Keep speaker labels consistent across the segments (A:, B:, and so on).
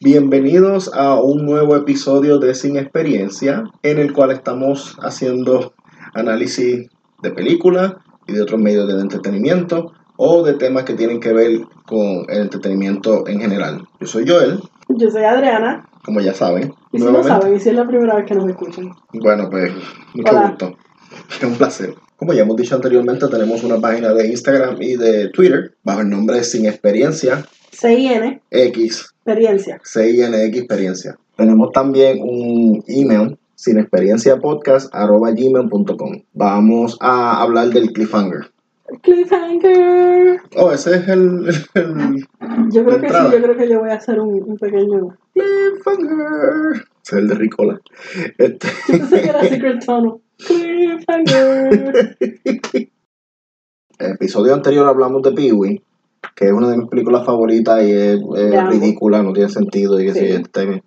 A: Bienvenidos a un nuevo episodio de Sin Experiencia, en el cual estamos haciendo análisis de películas y de otros medios de entretenimiento o de temas que tienen que ver con el entretenimiento en general. Yo soy Joel,
B: Yo soy Adriana.
A: como ya saben.
B: Y si no
A: nuevamente.
B: saben, y si es la primera vez que nos escuchan.
A: Bueno, pues mucho
B: Hola.
A: gusto. Es un placer. Como ya hemos dicho anteriormente, tenemos una página de Instagram y de Twitter bajo el nombre de Sin Experiencia
B: CIN,
A: X
B: experiencia.
A: CINX Experiencia. Tenemos también un email, sin experiencia podcast, Vamos a hablar del cliffhanger.
B: Cliffhanger.
A: Oh, ese es el, el
B: Yo creo que
A: Entrada.
B: sí, yo creo que yo voy a hacer un, un pequeño.
A: cliffhanger. Ese es el de Ricola. Este,
B: Yo pensé que era Secret Tunnel. Cliffhanger.
A: el episodio anterior hablamos de Pee-Wee, que es una de mis películas favoritas y es, es
B: La amo.
A: ridícula, no tiene sentido. Y que
B: Sí.
A: si este-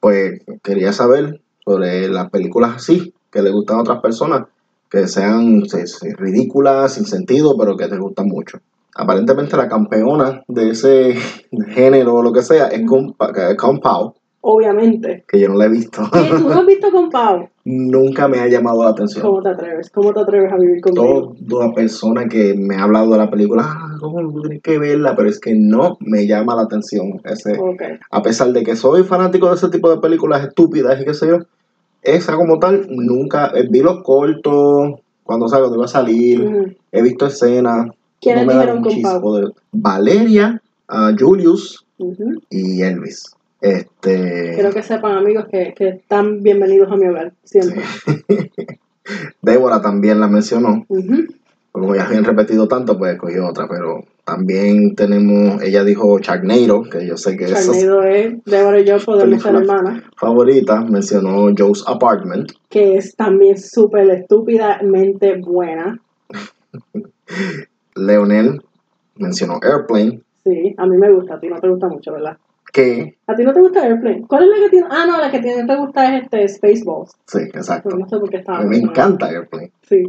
A: pues quería saber sobre las películas así, que le gustan a otras personas, que sean se- se- ridículas, sin sentido, pero que te gustan mucho. Aparentemente la campeona de ese género o lo que sea es Compa- Compound,
B: Obviamente.
A: que yo no la he visto.
B: ¿Y tú no has visto con Pau?
A: Nunca me ha llamado la atención.
B: ¿Cómo te atreves? ¿Cómo te atreves a vivir conmigo?
A: toda persona que me ha hablado de la película, ah, ¿cómo tú tienes que verla? Pero es que no me llama la atención. Ese,
B: Ok.
A: a pesar de que soy fanático de ese tipo de películas estúpidas y qué sé yo, esa como tal, nunca eh, vi los cortos, cuando sabes dónde iba a salir,
B: Ujú.
A: he visto escenas.
B: ¿Quiénes
A: no me dan
B: dijeron con
A: chispo
B: Pau?
A: de- Valeria, ah, Julius
B: Ujú.
A: y Elvis. Este,
B: Quiero que sepan, amigos, que, que están bienvenidos a mi hogar. Siempre.
A: Débora también la mencionó.
B: Ujú.
A: como ya habían repetido tanto, pues escogí otra, pero también tenemos, ella dijo Sharknado, que yo sé que esa es
B: Charnedo es, Débora y yo podemos ser
A: Película.
B: hermanas.
A: favorita, mencionó Joe's Apartment,
B: que es también súper estúpidamente buena.
A: Leonel mencionó Airplane,
B: Sí, a mí me gusta, a ti no te gusta mucho, ¿verdad?
A: que,
B: ¿A ti no te gusta Airplane? ¿Cuál es la que tiene? Ah, no, la que tiene, te gusta es este Spaceballs.
A: sí,
B: Pero
A: exacto,
B: no sé por qué
A: a
B: estaba.
A: mí me encanta Airplane.
B: Sí.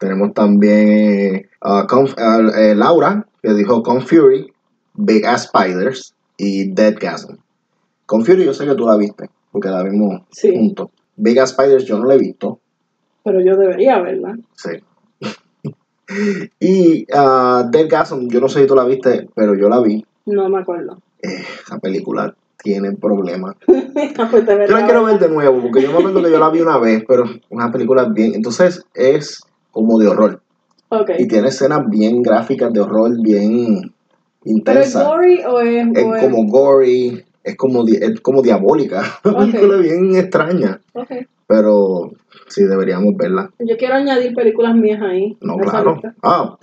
A: Tenemos también eh, ah, Conf- ah, eh, Laura, que dijo Con Fury, Big Ass Spiders y Dead Gasm. Con Fury yo sé que tú la viste, porque la vimos
B: Sí.
A: juntos. Big Ass Spiders yo no la he visto,
B: Pero yo debería verla.
A: Sí. y ah, Dead Gasm, yo no sé si tú la viste, pero yo la vi.
B: No me acuerdo.
A: Eh, esa película tiene problemas.
B: pues de
A: Yo
B: verdad.
A: la quiero ver de nuevo, porque yo me acuerdo que yo la vi una vez, pero una película bien. Entonces es como de horror.
B: Ok.
A: Y tiene escenas bien gráficas de horror, bien
B: ¿Pero es
A: intensas.
B: gory o es.?
A: Es
B: o es-
A: como gory, es como, di- es como diabólica. Una
B: Ok.
A: película bien extraña.
B: Ok.
A: Pero sí, deberíamos verla.
B: Yo quiero añadir películas mías ahí.
A: No,
B: a esa
A: claro.
B: lista.
A: Ah,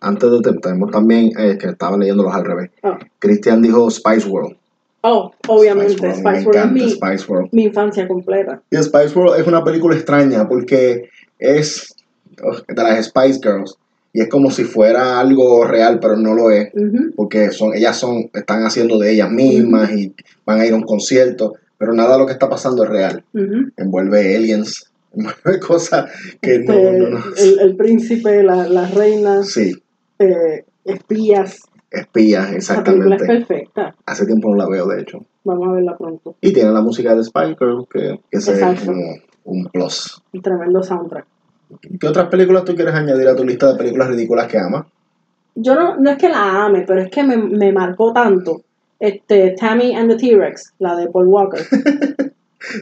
A: antes de te- tenemos también eh, que estaba leyéndolos al revés.
B: Ah.
A: Cristian dijo Spice World.
B: Oh, obviamente.
A: Spice World,
B: Spice
A: me
B: World es
A: encanta
B: mi,
A: Spice World.
B: mi infancia completa.
A: Y Spice World es una película extraña porque es oh, de las Spice Girls y es como si fuera algo real, pero no lo es
B: Ujú.
A: porque son ellas son están haciendo de ellas mismas y van a ir a un concierto, pero nada de lo que está pasando es real.
B: Ujú.
A: Envuelve aliens, envuelve cosas que no,
B: Este,
A: no, no.
B: El, el príncipe, la- las reinas,
A: Sí,
B: eh, espías.
A: espías,
B: La película es
A: exactamente.
B: perfecta.
A: Hace tiempo no la veo, de hecho.
B: Vamos a verla pronto.
A: Y tiene la música de Spice Girls, que, que se ve
B: Exacto.
A: como un plus.
B: Un tremendo soundtrack.
A: ¿Qué otras películas tú quieres añadir a tu lista de películas ridículas que amas?
B: Yo no, no es que la ame, pero es que me, me marcó tanto. Este, Tammy and the T-Rex, la de Paul Walker.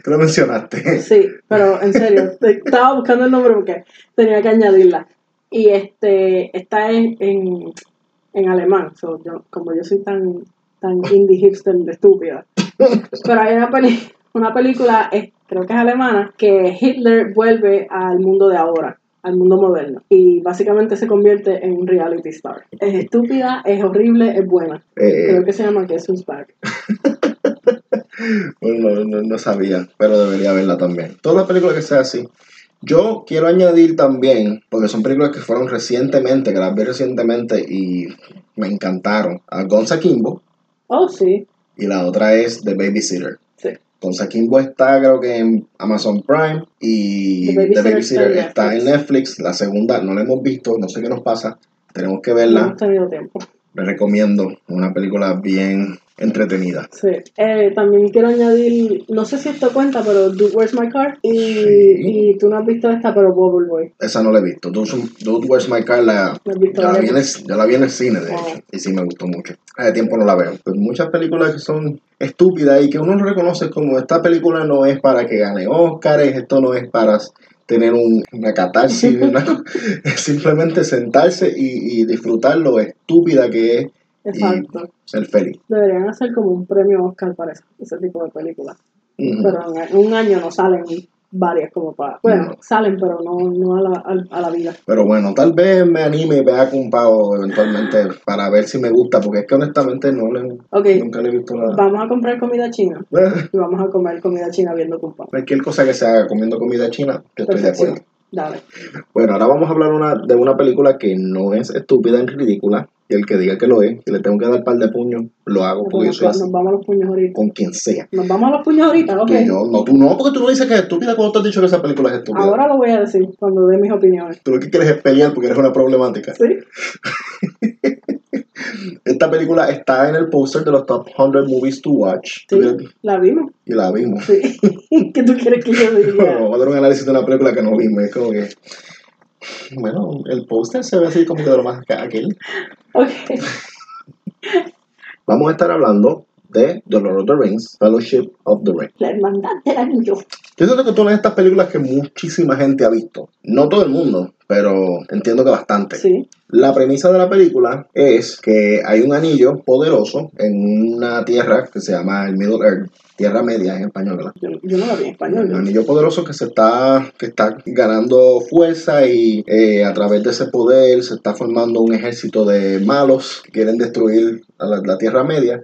A: Tú lo mencionaste.
B: Sí, pero en serio, te- estaba buscando el nombre porque tenía que añadirla. Y este, está en, en, en alemán, so, yo- como yo soy tan, tan indie hipster de estúpida. Pero hay una, peli- una película, es- creo que es alemana, que Hitler vuelve al mundo de ahora, al mundo moderno. Y básicamente se convierte en un reality star. Es estúpida, es horrible, es buena. Creo
A: Eh,
B: que se llama Gesungs Park.
A: no, no- no sabía, pero debería verla también. Todas las películas que sea así. Yo quiero añadir también, porque son películas que fueron recientemente, que las vi recientemente y me encantaron, a Gonza Kimbo
B: Oh, sí,
A: y la otra es The Babysitter.
B: sí.
A: Entonces, Kimbo está, creo que en Amazon Prime y
B: The Babysitter
A: The Babysitter
B: está
A: está
B: en
A: en Netflix. La segunda no la hemos visto, no sé qué nos pasa. Tenemos que
B: No
A: verla.
B: hemos tenido tiempo.
A: Les recomiendo una película bien entretenida.
B: Sí. Eh, también quiero añadir, no sé si esto cuenta, pero Dude, Where's My Car? Y,
A: Sí.
B: y tú no has visto esta, pero Bubble Boy.
A: Esa no la he visto. Dude, Dude, Where's My Car la,
B: ¿La has visto?
A: yo, la vi en
B: Vale.
A: el, yo la vi en el cine, de
B: Ah.
A: hecho. Y sí, me gustó mucho. Hace tiempo no la veo. Pues muchas películas que son estúpidas y que uno no reconoce como esta película no es para que gane Óscares, esto no es para tener un- una catarsis, una- es simplemente sentarse y, y disfrutar lo estúpida que es
B: Exacto.
A: ser feliz.
B: Deberían hacer como un premio Oscar para ese, ese tipo de películas.
A: Ujú.
B: Pero en, en un año no salen varias como para... Bueno,
A: No.
B: salen, pero no, no a, la, a, a la vida.
A: Pero bueno, tal vez me anime y vea con Pau eventualmente para ver si me gusta, porque es que honestamente no le,
B: Ok,
A: nunca le he visto nada.
B: vamos a comprar comida china. Y vamos a comer comida china viendo Kung Pao.
A: Cualquier cosa que se haga comiendo comida china, yo estoy de
B: Perfección.
A: acuerdo.
B: Dale.
A: Bueno, ahora vamos a hablar una, de una película que no es estúpida ni ridícula. Y el que diga que lo es, y le tengo que dar par de puños, lo hago porque yo
B: Nos,
A: soy así,
B: nos vamos a los puños ahorita.
A: con quien sea.
B: Nos vamos a los puños ahorita, ok.
A: Tú y yo, no, tú no, porque tú no dices que es estúpida cuando te has dicho que esa película es estúpida.
B: Ahora lo voy a decir cuando dé mis opiniones.
A: Tú lo que quieres es pelear porque eres una problemática.
B: ¿Sí?
A: Esta película está en el póster de los Top 100 Movies to Watch.
B: Sí, la vimos.
A: Y la vimos.
B: Sí. ¿Qué tú quieres que yo diga?
A: Bueno, vamos a dar un análisis de una película que no vimos. Es como que. Bueno, el póster se ve así como que de lo más que aquel.
B: Ok.
A: Vamos a estar hablando de The Lord of the Rings, Fellowship of the Ring.
B: La hermandad del anillo.
A: Yo siento que tú de estas películas que muchísima gente ha visto. No todo el mundo, pero entiendo que bastante.
B: Sí.
A: La premisa de la película es que hay un anillo poderoso en una tierra que se llama el Middle Earth, Tierra Media en español, ¿verdad?
B: Yo, yo no la vi en español.
A: Un
B: yo-
A: anillo poderoso que se está, que está ganando fuerza y eh, a través de ese poder se está formando un ejército de malos que quieren destruir a la, la Tierra Media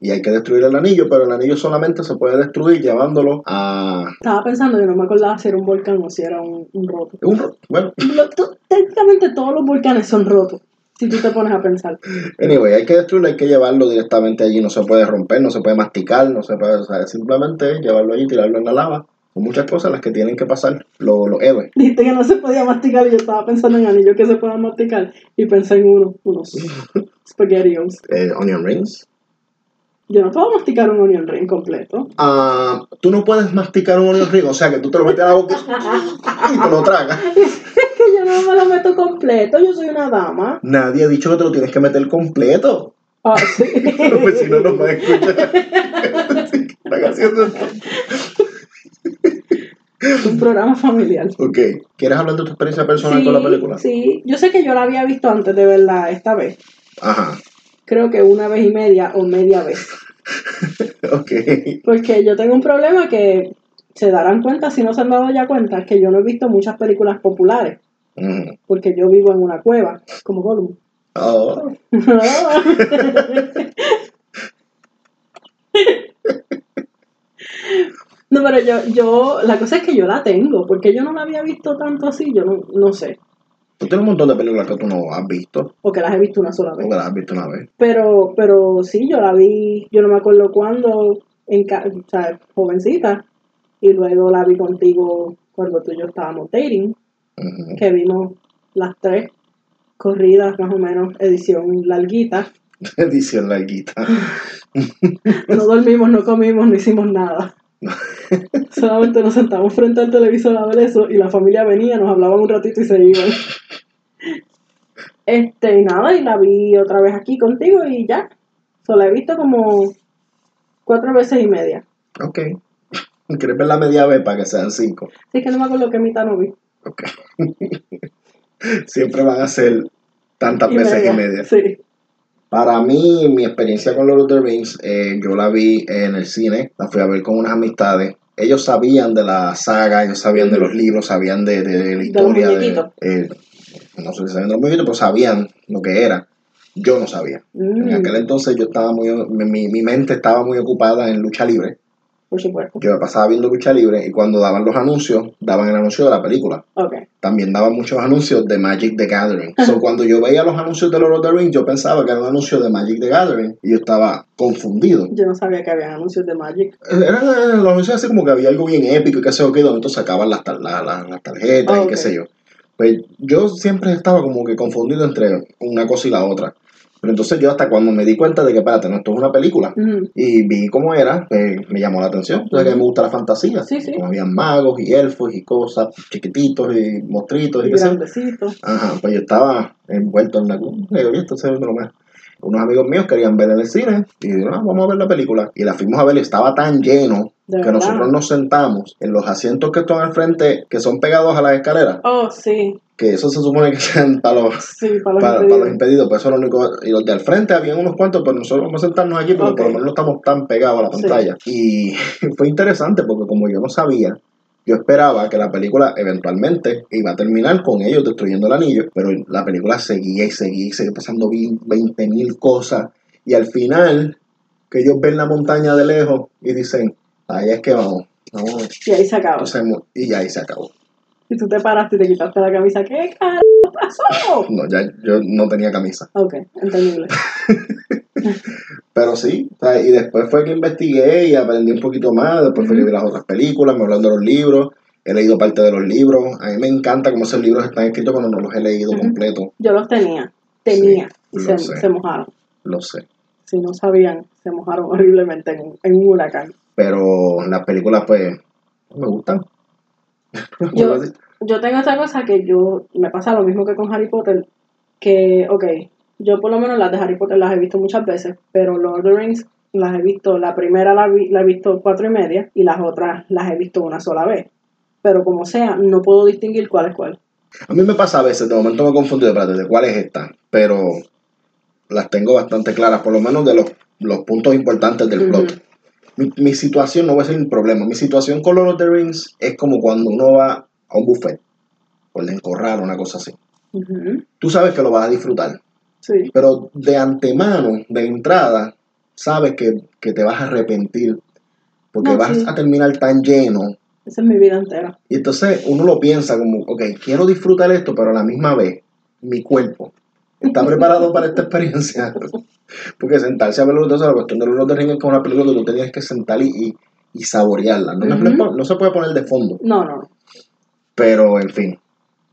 A: y hay que destruir el anillo, pero el anillo solamente se puede destruir llevándolo a
B: Estaba pensando, yo no me acordaba si era un volcán o si era un, un roto.
A: un ro- bueno,
B: Lo- tú- técnicamente todos los volcanes son rotos. Si tú te pones a pensar.
A: anyway, hay que destruirlo, hay que llevarlo directamente allí, no se puede romper, no se puede masticar, no se puede, o sea, simplemente llevarlo allí, tirarlo en la lava. Son muchas cosas las que tienen que pasar lo- los héroes.
B: Dijiste que no se podía masticar y yo estaba pensando en anillos que se puedan masticar. Y pensé en uno, unos spaghettios.
A: Eh, Onion Rings,
B: Yo no puedo masticar un onion ring completo.
A: Ah, tú no puedes masticar un onion ring, o sea que tú te lo metes a la boca y te lo tragas.
B: que yo no me lo meto completo, yo soy una dama.
A: Nadie ha dicho que te lo tienes que meter completo. pues
B: Ah, sí.
A: Los vecinos nos van a escuchar. Están haciendo esto.
B: Un programa familiar.
A: Ok, ¿quieres hablar de tu experiencia personal con la película?
B: sí, yo sé que yo la había visto antes de verla esta vez.
A: Ajá,
B: Creo que una vez y media o media vez.
A: ok.
B: Porque yo tengo un problema que se darán cuenta, si no se han dado ya cuenta, que yo no he visto muchas películas populares.
A: Mm.
B: Porque yo vivo en una cueva, como Gollum.
A: Oh,
B: No, pero yo, yo, la cosa es que yo la tengo, porque yo no la había visto tanto así, yo no, no sé,
A: tú tienes un montón de películas que tú no has visto,
B: porque las he visto una sola vez.
A: porque las has visto una vez.
B: Pero, pero sí, yo la vi, yo no me acuerdo cuándo, en ca- o sea, jovencita, y luego la vi contigo cuando tú y yo estábamos dating,
A: Ujú.
B: que vimos las tres corridas, más o menos, edición larguita.
A: Edición larguita.
B: No dormimos, no comimos, no hicimos nada. Solamente nos sentamos frente al televisor a ver eso y la familia venía, nos hablaban un ratito y se iban. Este, y nada, y la vi otra vez aquí contigo y ya. So, la he visto como cuatro veces y media.
A: Ok. ¿Quieres ver la media vez para que sean cinco?
B: Así que no me acuerdo qué mitad no vi.
A: Ok. Siempre van a ser tantas
B: Y
A: veces
B: media.
A: y media.
B: Sí.
A: Para mí, mi experiencia con Lord of the Rings, eh, yo la vi en el cine, la fui a ver con unas amistades. Ellos sabían de la saga, ellos sabían de los libros, sabían de, de- de la
B: los
A: historia.
B: muñequitos.
A: eh, no sé si sabían de los muñequitos, pero sabían lo que era. Yo no sabía. En
B: Mm,
A: aquel entonces yo estaba muy, mi, mi mente estaba muy ocupada en lucha libre.
B: por supuesto.
A: Yo me pasaba viendo lucha libre y cuando daban los anuncios, daban el anuncio de la película
B: Ok.
A: también daba muchos anuncios de Magic the Gathering. So, cuando yo veía los anuncios de Lord of the Rings, yo pensaba que era un anuncio de Magic the Gathering y yo estaba confundido.
B: Yo no sabía que había anuncios de Magic.
A: Eran eh, los anuncios así como que había algo bien épico y qué sé yo qué, donde tú sacaban las, tar- la- la- las tarjetas
B: Ah,
A: y qué
B: ok.
A: sé yo. Pues yo siempre estaba como que confundido entre una cosa y la otra. Pero entonces yo hasta cuando me di cuenta de que, espérate, no, esto es una película.
B: Ujú.
A: Y vi cómo era, pues me llamó la atención. O sea, que a mí me gusta la fantasía.
B: Sí, sí.
A: Como habían magos y elfos y cosas, chiquititos y monstruitos y
B: Y
A: qué sé yo.
B: grandecito.
A: Ajá, pues yo estaba envuelto en la cuna, yo, "Oye, esto se ve normal". Unos amigos míos querían ver en el cine y dijeron, "Ah, vamos a ver la película. Y la fuimos a ver y estaba tan lleno
B: De
A: que
B: verdad.
A: nosotros nos sentamos en los asientos que están al frente, que son pegados a las escaleras,
B: Oh, sí.
A: que eso se supone que sean para los,
B: Sí, para
A: para,
B: los
A: para los
B: impedidos.
A: impedidos, pues eso es lo único. Y los de al frente habían unos cuantos, pero nosotros vamos a sentarnos aquí porque
B: Ok.
A: por lo menos no estamos tan pegados a la
B: Sí.
A: pantalla. Y fue interesante porque como yo no sabía, yo esperaba que la película eventualmente iba a terminar con ellos destruyendo el anillo, pero la película seguía y seguía y seguía pasando 20 mil cosas. Y al final, que ellos ven la montaña de lejos y dicen, ahí es que vamos. vamos,
B: Y ahí se acaba.
A: entonces hemos-". y ya ahí se acabó.
B: Y tú te paraste y te quitaste la camisa. ¿Qué carajo pasó?
A: No, ya yo no tenía camisa.
B: Ok, entendible.
A: Pero sí, o sea, y después fue que investigué y aprendí un poquito más, después fui a
B: Ujú.
A: leer las otras películas, me hablan de los libros, he leído parte de los libros, a mí me encanta cómo esos libros están escritos cuando no los he leído
B: Ujú.
A: completo,
B: Yo los tenía. Tenía. y
A: lo
B: se,
A: sé.
B: se mojaron.
A: lo sé.
B: Si no sabían, se mojaron horriblemente en, en un huracán.
A: Pero las películas pues me gustan.
B: Yo- Yo tengo esta cosa que yo. Me pasa lo mismo que con Harry Potter. Que, ok, yo por lo menos las de Harry Potter las he visto muchas veces. Pero Lord of the Rings las he visto. La primera la, vi- la he visto cuatro y media. Y las otras las he visto una sola vez. Pero como sea, no puedo distinguir cuál es cuál.
A: a mí me pasa a veces, de momento me he confundido, espérate, de cuál es esta, pero las tengo bastante claras, por lo menos de los, los puntos importantes del plot.
B: Ujú.
A: mi, mi situación no va a ser un problema. Mi situación con Lord of the Rings es como cuando uno va a un buffet o le encorral o una cosa así.
B: Ujú.
A: Tú sabes que lo vas a disfrutar,
B: Sí.
A: pero de antemano, de entrada, sabes que, que te vas a arrepentir porque
B: No,
A: vas
B: sí.
A: a terminar tan lleno.
B: Esa es mi vida entera.
A: Y entonces uno lo piensa como, ok, quiero disfrutar esto, pero a la misma vez mi cuerpo está preparado para esta experiencia. Porque sentarse a ver los dos, la cuestión de los dos de Ring es como una película que tú tenías que sentar y, y, y saborearla. No,
B: Ujú.
A: no se puede- no se puede poner de fondo.
B: No, no.
A: Pero, en fin,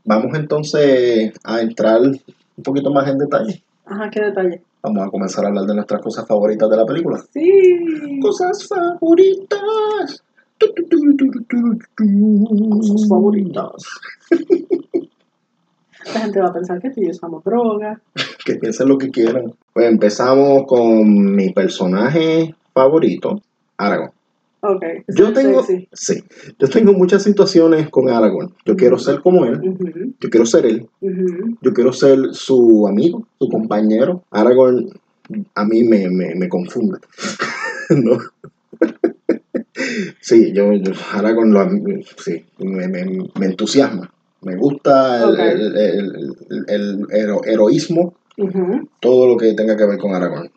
A: vamos entonces a entrar un poquito más en detalle.
B: Ajá, qué detalle.
A: Vamos a comenzar a hablar de nuestras cosas favoritas de la película.
B: Sí.
A: Cosas favoritas. Tu, tu, tu, tu, tu, tu, tu.
B: Cosas favoritas. La gente va a pensar que tú y yo usamos droga.
A: que piensen lo que quieran. Pues empezamos con mi personaje favorito, Aragorn.
B: Ok.
A: Yo tengo,
B: Sí.
A: sí, yo tengo muchas situaciones con Aragorn. Yo quiero ser como él,
B: Ujú,
A: yo quiero ser él,
B: ujú.
A: yo quiero ser su amigo, su compañero. Aragorn a mí me, me, me confunde. ¿No? sí, yo, yo- Aragorn lo am- sí, me, me, me entusiasma. Me gusta el,
B: Ok.
A: el- el- el- el hero- heroísmo,
B: Ujú.
A: todo lo que tenga que ver con Aragorn.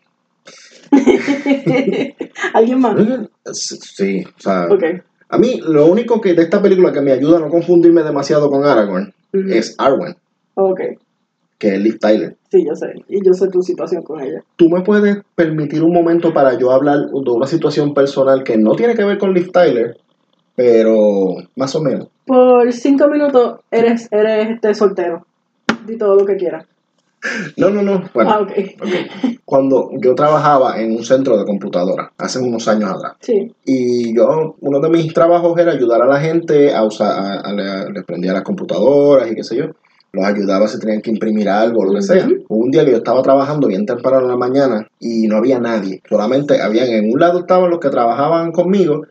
B: ¿Alguien más?
A: Sí, o sea,
B: Ok.
A: a mí lo único que de esta película que me ayuda a no confundirme demasiado con Aragorn
B: Ujú.
A: es Arwen,
B: Ok.
A: que es Liv Tyler.
B: Sí, yo sé. Y yo sé tu situación con ella.
A: ¿Tú me puedes permitir un momento para yo hablar de una situación personal que no tiene que ver con Liv Tyler, pero más o menos?
B: Por cinco minutos eres, eres este soltero. Di todo lo que quieras.
A: No, no, no. Bueno,
B: Ah, ok.
A: ok. cuando yo trabajaba en un centro de computadora hace unos años atrás,
B: Sí.
A: Y yo, uno de mis trabajos era ayudar a la gente a usar, a, a- le- le prendía las computadoras y qué sé yo. Los ayudaba si tenían que imprimir algo o lo que sea.
B: Ujú.
A: Hubo Un día que yo estaba trabajando bien temprano en la mañana y no había nadie. Solamente habían, en un lado estaban los que trabajaban conmigo,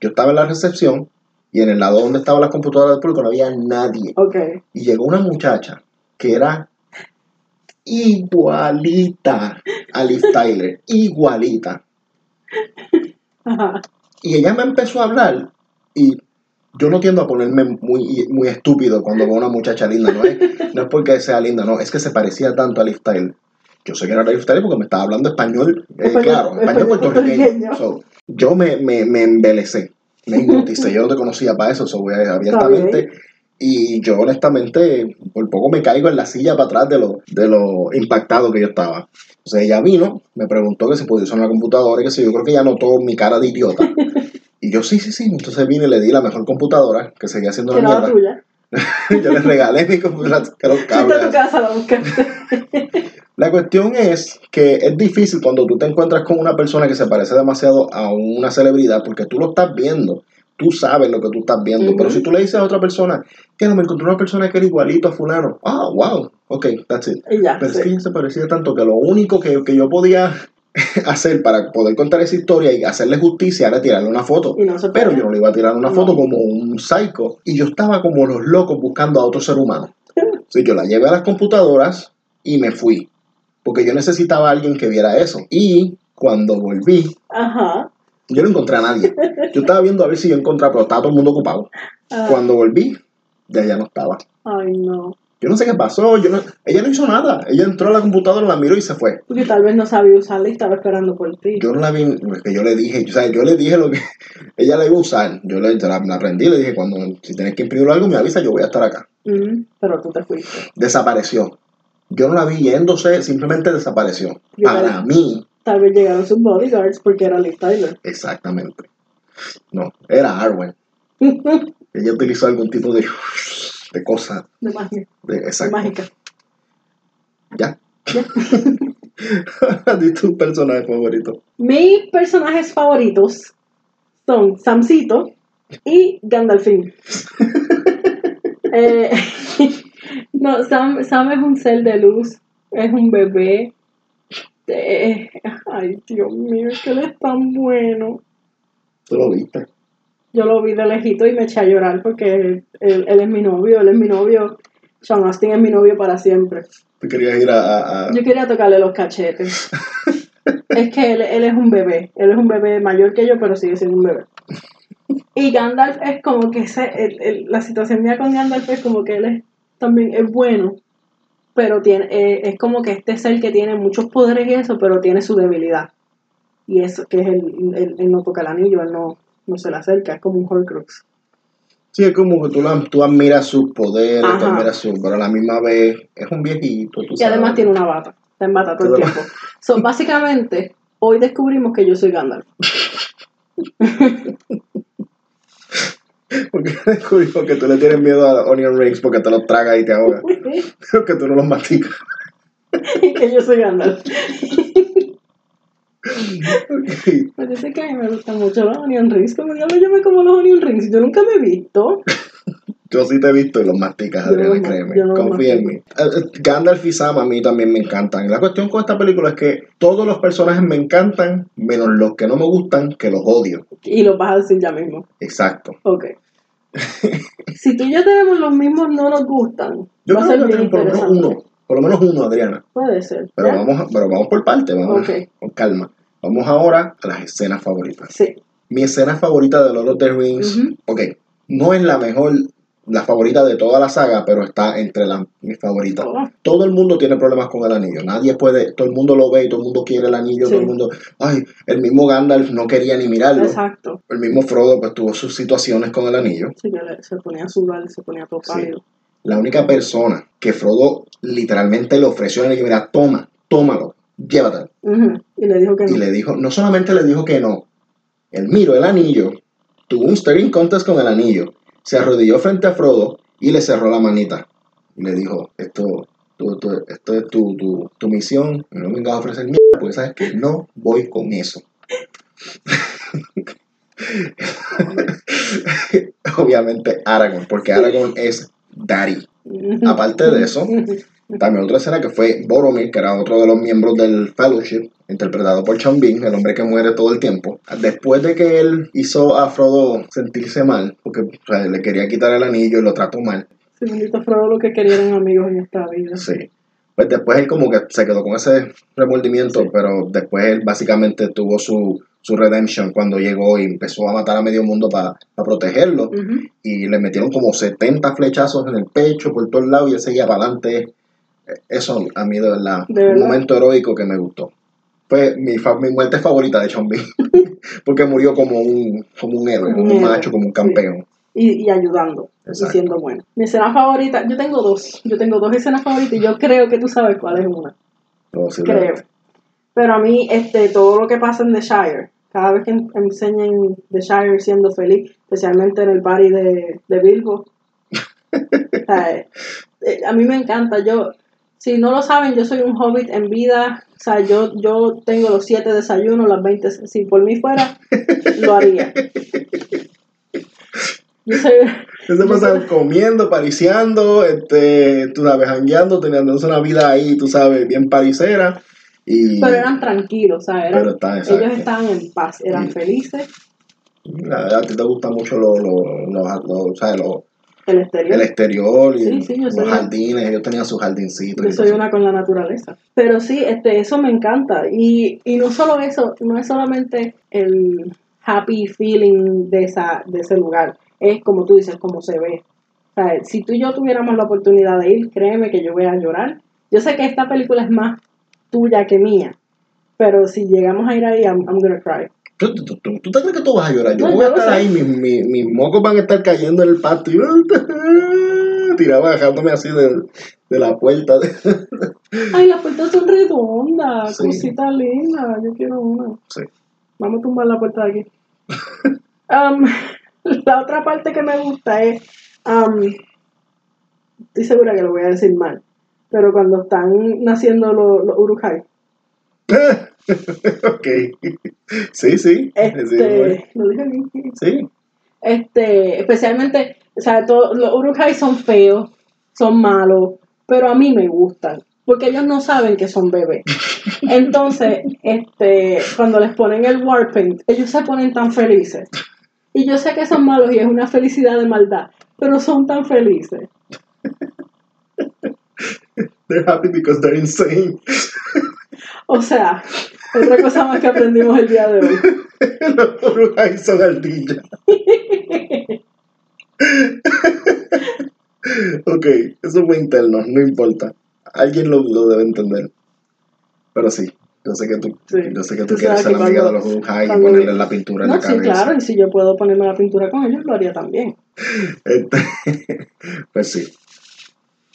A: yo estaba en la recepción y en el lado donde estaban las computadoras del público no había nadie.
B: Ok.
A: Y llegó una muchacha que era igualita a Liv Tyler, igualita.
B: Ajá.
A: Y ella me empezó a hablar y yo no tiendo a ponerme muy, muy estúpido cuando veo a una muchacha linda, no es, no es porque sea linda, no, es que se parecía tanto a Liv Tyler. Yo sé que era Liv Tyler porque me estaba hablando español, eh,
B: Español-
A: claro, español
B: español
A: puertorriqueño.
B: puertorriqueño.
A: So, yo me, me, me embelecé, me hipnoticé, yo no te conocía para eso, so, voy a- abiertamente. Y yo honestamente, por poco me caigo en la silla para atrás de lo, de lo impactado que yo estaba. Entonces ella vino, me preguntó que si podía usar la computadora y que si yo creo que ella notó mi cara de idiota. Y yo, sí, sí, sí. Entonces vine y le di la mejor computadora, que seguía haciendo
B: Que
A: la
B: era la
A: mierda.
B: tuya.
A: yo le regalé mi computadora, que era un
B: Fuiste a tu
A: cable.
B: casa, la buscaste.
A: La cuestión es que es difícil cuando tú te encuentras con una persona que se parece demasiado a una celebridad porque tú lo estás viendo, tú sabes lo que tú estás viendo,
B: Ujú.
A: pero si tú le dices a otra persona que no me encontré una persona que era igualito a fulano, ah, wow, ok, that's it.
B: Y ya.
A: Pero es
B: sí.
A: que ella se parecía tanto que lo único que, que yo podía hacer para poder contar esa historia y hacerle justicia era tirarle una foto.
B: Y no se
A: Pero
B: puede.
A: yo no le iba a tirar una
B: No.
A: foto como un psycho. Y yo estaba como los locos buscando a otro ser humano. Entonces yo la llevé a las computadoras y me fui. Porque yo necesitaba a alguien que viera eso. Y cuando volví,
B: Ajá.
A: yo no encontré a nadie. Yo estaba viendo a ver si yo encontraba, pero estaba todo el mundo ocupado.
B: Ah,
A: Cuando volví, ya ya no estaba.
B: Ay, no.
A: Yo no sé qué pasó. Yo no- ella no hizo nada. Ella entró a la computadora, la miró y se fue.
B: Porque tal vez no sabía usarla y estaba esperando por ti.
A: Yo no la vi, porque yo le dije, o sea, yo le dije lo que ella la iba a usar. Yo le, la, la aprendí, le dije, cuando si tienes que imprimir algo, me avisa, yo voy a estar acá.
B: Ujú, Mm, Pero tú te fuiste.
A: Desapareció. Yo no la vi yéndose, simplemente desapareció.
B: Yo
A: Para
B: la-
A: mí,
B: Tal vez llegaron sus bodyguards porque era Liv Tyler.
A: exactamente. No, era Arwen. Ella utilizó algún tipo de, de cosa.
B: De magia.
A: de-
B: De
A: exacto.
B: mágica.
A: Ya. Di tu personaje favorito.
B: Mis personajes favoritos son Samcito y Gandalfín. Eh, no, Sam, Sam es un ser de luz, es un bebé. Eh, ay, Dios mío, es que él es tan bueno.
A: Tú lo viste.
B: Yo lo vi de lejito y me eché a llorar porque él, él es mi novio, él es mi novio. Sean Austin es mi novio para siempre.
A: Tú querías ir a. a- a-
B: Yo quería tocarle los cachetes. es que él, él es un bebé. Él es un bebé mayor que yo, pero sigue siendo un bebé. Y Gandalf es como que ese, el- el- la situación mía con Gandalf es como que él es, también es bueno, pero tiene, eh, es como que este ser que tiene muchos poderes y eso, pero tiene su debilidad. Y eso que es el, el- el no toca el anillo, él no, no se le acerca, es como un Horcrux.
A: Sí, es como que tú, la- tú admiras sus poderes, tú
B: Ajá.
A: admiras su. Pero a la misma vez es un viejito. Tú
B: Y además tiene una bata, está en bata todo el
A: Claro.
B: tiempo. So, básicamente, hoy descubrimos que yo soy Gandalf.
A: Porque descubrimos que tú le tienes miedo a los onion rings porque te los tragas y te ahogas. Pero que tú no los masticas.
B: y que yo soy Gandalf.
A: Ok.
B: Pues yo sé que a mí me gustan mucho los onion rings, como diablo yo me como los onion rings, yo nunca me he visto.
A: Yo sí te he visto y los masticas,
B: Yo no
A: Adriana,
B: los ma-
A: créeme.
B: yo no los
A: Confía en mí.
B: mastico.
A: Eh, eh, Gandalf y Sam a mí también me encantan. Y la cuestión con esta película es que todos los personajes me encantan, menos los que no me gustan, que los odio.
B: Y los vas a decir ya mismo.
A: Exacto.
B: Ok. si tú y yo tenemos los mismos, no nos gustan.
A: Yo
B: va a
A: creo
B: ser
A: que tenemos
B: bien
A: por lo menos
B: interesante.
A: uno. Por lo menos uno, Adriana.
B: Puede ser.
A: Pero
B: ¿ya?
A: vamos, a- pero vamos por parte, vamos
B: Ok.
A: con calma. Vamos ahora a las escenas favoritas.
B: Sí.
A: Mi escena favorita de Lord of the Rings,
B: Ujú.
A: ok, no es la mejor, la favorita de toda la saga, pero está entre las mis favoritas.
B: Oh,
A: Todo el mundo tiene problemas con el anillo. Nadie puede, todo el mundo lo ve y todo el mundo quiere el anillo.
B: Sí.
A: Todo el mundo, ay, el mismo Gandalf no quería ni mirarlo.
B: exacto.
A: El mismo Frodo pues tuvo sus situaciones con el anillo.
B: Sí, que le- se ponía a sudar, se ponía todo
A: Sí.
B: pálido.
A: La única persona que Frodo literalmente le ofreció el anillo, mira, toma, tómalo, llévatelo.
B: Ujú, Y le dijo que no.
A: y le dijo, no solamente le dijo que no, él miró el anillo, tuvo un staring contest con el anillo, se arrodilló frente a Frodo y le cerró la manita. Y le dijo, esto, tú- tú- esto es tu, tu- tu misión, no me vengas a ofrecer mierda, porque sabes que no voy con eso. Obviamente Aragorn, porque Aragorn es Daddy.
B: Ujú.
A: Aparte de eso, también otra escena que fue Boromir, que era otro de los miembros del Fellowship, interpretado por Sean Bean, el hombre que muere todo el tiempo. Después de que él hizo a Frodo sentirse mal, porque o sea, le quería quitar el anillo y lo trató mal,
B: Sí, bendito Frodo, lo que querían amigos en esta vida.
A: sí. Pues después él como que se quedó con ese remordimiento,
B: Sí.
A: pero después él básicamente tuvo su, su redemption cuando llegó y empezó a matar a medio mundo para protegerlo.
B: Ujú.
A: y le metieron como 70 flechazos en el pecho por todos lados y él seguía para adelante. Eso a mí de verdad,
B: ¿De verdad?
A: un momento heroico que me gustó. Fue mi, fa- mi muerte favorita de Chombi, porque murió como un, como un héroe, como
B: Como un
A: un
B: héroe,
A: macho, como un
B: sí.
A: campeón.
B: y, y ayudando
A: Exacto.
B: y siendo bueno. Mi escena favorita, yo tengo dos, yo tengo dos escenas favoritas y yo creo que tú sabes cuál es una, creo.
A: posiblemente.
B: Pero a mí, este, todo lo que pasa en The Shire, cada vez que en- enseñen The Shire siendo feliz, especialmente en el party de, de Bilbo, o sea, eh, eh, a mí me encanta, yo, Si no lo saben, yo soy un hobbit en vida. O sea, yo, yo tengo los siete desayunos, las 20. Si por mí fuera, lo haría. Yo soy.
A: Entonces pasan comiendo, pariseando, este, tú sabes, jangueando, teniendo una vida ahí, tú sabes, bien parisera. Y
B: Pero eran tranquilos, o sea, eran-
A: Pero está, exacto.
B: ellos estaban en paz, eran
A: Sí.
B: felices.
A: La verdad, a ti te gusta mucho lo, lo- lo- lo- o sea, lo-
B: El exterior.
A: el exterior y
B: Sí, sí, yo
A: los
B: soy-
A: jardines. Ellos tenían sus jardincitos.
B: Yo
A: y
B: soy
A: cosas.
B: una con la naturaleza. Pero sí, este, eso me encanta. Y, y no solo eso, no es solamente el happy feeling de, esa, de ese lugar. Es como tú dices, como se ve. O sea, si tú y yo tuviéramos la oportunidad de ir, créeme que yo voy a llorar. Yo sé que esta película es más tuya que mía. Pero si llegamos a ir ahí, I'm, I'm gonna cry.
A: ¿Tú, tú, tú- tú te crees que tú vas a llorar? Yo
B: No,
A: voy a
B: yo lo
A: estar
B: sé.
A: ahí, mis, mis, mis mocos van a estar cayendo en el patio. "Ah, Tiraba bajándome así de, de la puerta.
B: Ay, las puertas son redondas,
A: Sí.
B: cosita linda. Yo quiero una.
A: Sí.
B: Vamos a tumbar la puerta de aquí. Am, la otra parte que me gusta es. am, estoy segura que lo voy a decir mal. Pero cuando están naciendo los, los urukai,
A: ok. Sí, sí. Sí, bueno.
B: este, lo dije bien.
A: Sí.
B: Este, especialmente, o sea, to- los urukai son feos, son malos, pero a mí me gustan, porque ellos no saben que son bebés. Entonces, este, cuando les ponen el war paint, ellos se ponen tan felices. Y yo sé que son malos y es una felicidad de maldad, pero son tan felices.
A: They're happy because they're insane.
B: O sea, otra cosa más que aprendimos el día de hoy.
A: Los uruguayos son ardillas. ok, eso fue interno, no importa. Alguien lo, lo debe entender. Pero sí, yo sé que tú,
B: Sí.
A: yo sé que tú
B: Tú
A: quieres ser
B: sabes que
A: amiga de
B: cuando-
A: los Urujai y
B: cuando-
A: ponerle la pintura en
B: No,
A: la
B: sí,
A: cabeza.
B: claro, y si yo puedo ponerme la pintura con ellos, lo haría también.
A: Este, pues sí.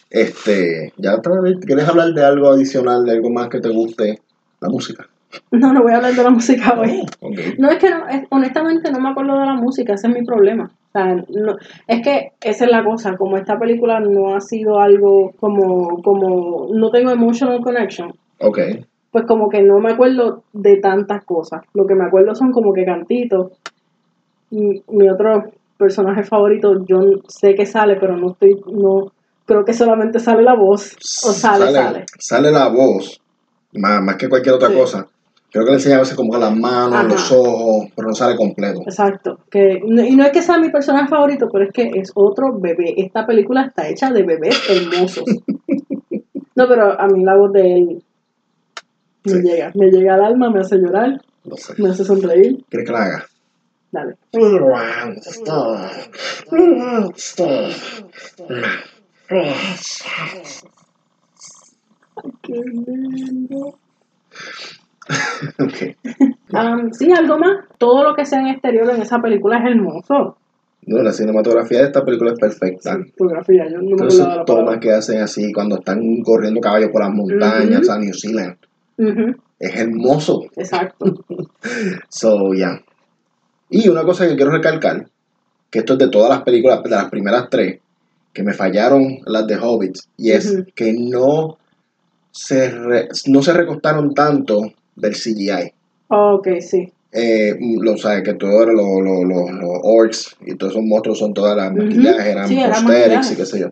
A: Este, ya otra vez, ¿quieres hablar de algo adicional, de algo más que te guste? La música.
B: No, no voy a hablar de la música hoy.
A: Ok.
B: No, es que no, es- honestamente no me acuerdo de la música, ese es mi problema. O sea, no- es que esa es la cosa, como esta película no ha sido algo como, como, no tengo emotional connection,
A: Ok.
B: pues como que no me acuerdo de tantas cosas. Lo que me acuerdo son como que cantitos. Mi, mi otro personaje favorito, yo sé que sale, pero no estoy, no, creo que solamente sale la voz, o sale, sale.
A: sale la voz, más, más que cualquier otra
B: Sí.
A: cosa. Creo que le enseña a veces como que las manos,
B: Ajá.
A: los ojos, pero no sale completo.
B: Exacto. Que, no- y no es que sea mi personaje favorito, pero es que es otro bebé. Esta película está hecha de bebés hermosos. No, pero a mí la voz de él me
A: Sí.
B: llega. Me llega al alma, me hace llorar,
A: No sé.
B: me hace sonreír.
A: ¿Quieres que la haga?
B: Dale. Qué lindo.
A: Ok.
B: Am, sí, algo más. Todo lo que sea en exterior en esa película es hermoso.
A: No, la cinematografía de esta película es perfecta.
B: Fotografía, yo no me
A: Todas
B: acordaba
A: esas
B: la
A: tomas
B: palabra.
A: que hacen así cuando están corriendo caballos por las montañas,
B: Ujú.
A: a New Zealand.
B: Ujú,
A: Es hermoso.
B: Exacto.
A: So, yeah. Y una cosa que quiero recalcar, que esto es de todas las películas, de las primeras tres, que me fallaron las de Hobbit, y es
B: Ujú.
A: que no se, re- no se recostaron tanto del CGI.
B: Ok, sí.
A: Eh, lo sabes que todos los los- los- los orcs y todos esos monstruos son todas las
B: Ujú.
A: maquillajes, eran
B: Sí, era
A: prosthetics
B: maquillaje.
A: y qué sé yo.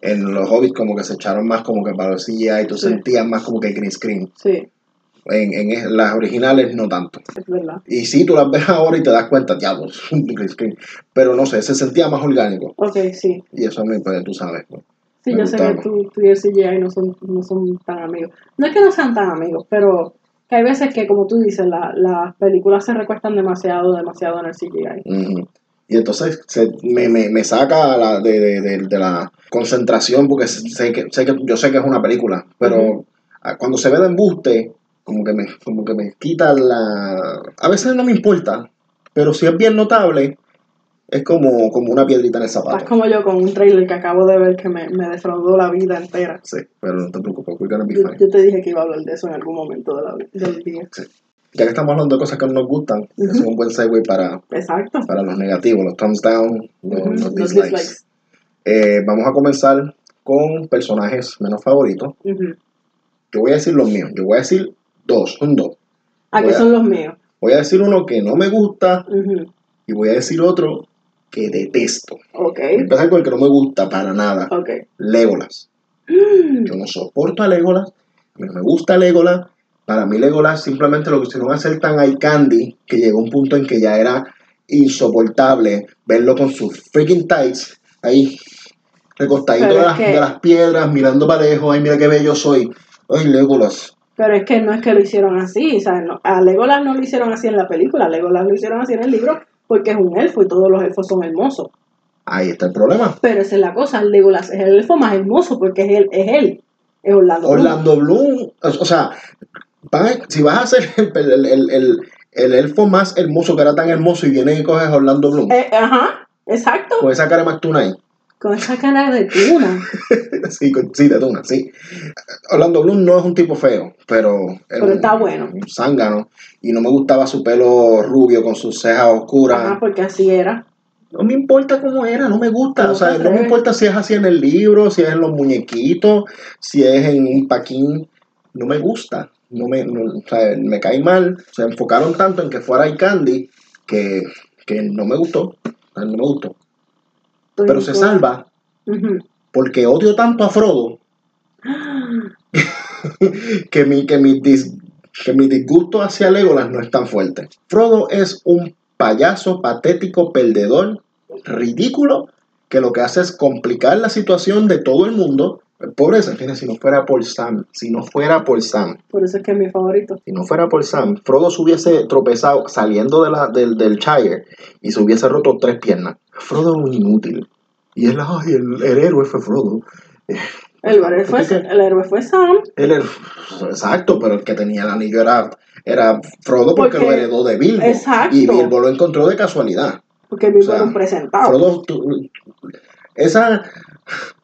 A: En los hobbits como que se echaron más como que para el CGI, tú
B: Sí.
A: sentías más como que green screen.
B: Sí,
A: En, en es- las originales no tanto.
B: es verdad.
A: Y sí, tú las ves ahora y te das cuenta, diablo, es un green screen. Pero no sé, se sentía más orgánico.
B: Ok, sí.
A: Y eso a mí, pues tú sabes. pues.
B: Sí,
A: Me
B: yo sé
A: gustaba.
B: que tú, tú y el CGI no son, no son tan amigos. No es que no sean tan amigos, pero que hay veces que, como tú dices, la- las películas se recuestan demasiado, demasiado en el CGI.
A: Ujú. Y entonces se- me, me, me saca a la- de, de- de- de la concentración porque sé que, sé que yo sé que es una película, pero
B: Ujú.
A: a- cuando se ve de embuste, como que, me, como que me quita la... A veces no me importa, pero si es bien notable, es como, como una piedrita en el
B: Estás
A: zapato.
B: como yo con un trailer que acabo de ver que me, me defraudó la vida entera.
A: Sí, pero no te preocupes, we're gonna be
B: Yo,
A: fine.
B: yo te dije que iba a hablar de eso en algún momento de la- del día.
A: Ya que estamos hablando de cosas que no nos gustan,
B: Ujú.
A: es un buen segue para,
B: Exacto.
A: para los negativos, los thumbs down, los,
B: Ujú,
A: los
B: los
A: dislikes.
B: dislikes.
A: Eh, vamos a comenzar con personajes menos favoritos.
B: Ujú.
A: Yo voy a decir los míos. Yo voy a decir dos, un dos.
B: Aquí
A: Bueno.
B: Ah, son los míos.
A: Voy a decir uno que no me gusta
B: Ujú.
A: y voy a decir otro que detesto.
B: Ok,
A: Voy a empezar con el que no me gusta para nada.
B: ok.
A: Legolas.
B: Mm,
A: Yo no soporto a Legolas. A mí no me gusta Legolas. Para mí Legolas simplemente lo que hicieron hacer tan eye candy que llegó un punto en que ya era insoportable verlo con sus freaking tights ahí recostadito
B: Pero
A: de
B: es
A: las,
B: que-
A: de las piedras, mirando para lejos. Ay, mira qué bello soy. Ay, Legolas.
B: Pero es que no es que lo hicieron así, o sea, no- a Legolas no lo hicieron así en la película, a Legolas lo hicieron así en el libro porque es un elfo y todos los elfos son hermosos.
A: Ahí está el problema.
B: Pero esa es la cosa, Legolas es el elfo más hermoso porque es él, es él, es Orlando. Bloom.
A: Orlando Bloom, o o sea, van a- si vas a ser el, el- el- el- el elfo más hermoso que era tan hermoso y vienes y coges a Orlando Bloom,
B: Eh, ajá, exacto.
A: con esa cara más tuna ahí.
B: Con esa cara de cuna.
A: Sí, con- sí, de tuna, sí. Orlando Bloom no es un tipo feo, pero. era
B: Pero
A: un-
B: está bueno.
A: Un zángano. Y no me gustaba su pelo rubio con sus cejas oscuras.
B: Ajá, porque así era.
A: No me importa cómo era, no me gusta.
B: No
A: o sea,
B: te
A: no me
B: atreves.
A: importa si es así en el libro, si es en los muñequitos, si es en un paquín. No me gusta. No me, no- o sea, me cae mal. Se enfocaron tanto en que fuera el candy que, que no me gustó. O sea, No me gustó.
B: Pues,
A: Pero se
B: pues,
A: salva
B: ujú.
A: porque odio tanto a Frodo que mi, que mi, dis- que mi disgusto hacia Legolas no es tan fuerte. Frodo es un payaso patético, perdedor, ridículo, que lo que hace es complicar la situación de todo el mundo. Pobreza, fíjense, si no fuera por Sam, si no fuera por Sam,
B: Por eso es que es mi favorito.
A: si no fuera por Sam, Frodo se hubiese tropezado saliendo de la, del, del Shire y se hubiese roto tres piernas. Frodo es un inútil. Y él, ay, el, el héroe fue Frodo.
B: El héroe fue,
A: Pues, ¿Por qué?
B: el héroe fue Sam.
A: Él era- exacto, pero el que tenía el anillo era, era Frodo porque,
B: Porque-
A: lo heredó de Bilbo.
B: exacto.
A: Y Bilbo lo encontró de casualidad.
B: Porque vivo
A: O sea,
B: era un presentado.
A: Frodo, tu- esa,